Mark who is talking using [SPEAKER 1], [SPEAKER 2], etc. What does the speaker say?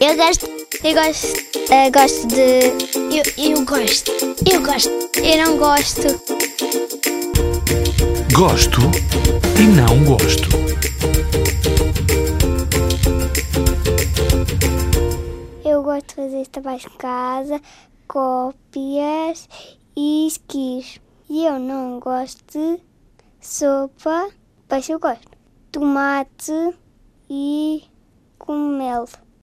[SPEAKER 1] Eu gosto. Eu gosto. Eu gosto de. Eu, eu gosto. Eu gosto. Eu não gosto.
[SPEAKER 2] Gosto e não gosto.
[SPEAKER 1] Eu gosto de fazer trabalhos de casa, cópias e esquis. E eu não gosto de sopa, peixe eu gosto, tomate e com mel.